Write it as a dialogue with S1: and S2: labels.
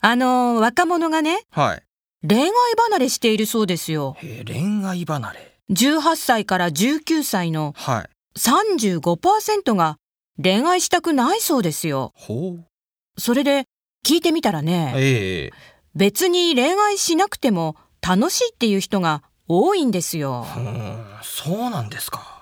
S1: あのー若者がね、
S2: はい。
S1: 恋愛離れしているそうですよ。
S2: へー恋愛離れ。
S1: 18歳から19歳の
S2: はい。
S1: 35%が恋愛したくないそうですよ。
S2: ほう。
S1: それで聞いてみたらね、
S2: ええ
S1: 別に恋愛しなくても楽しいっていう人が多いんですよ。
S2: うーん、そうなんですか。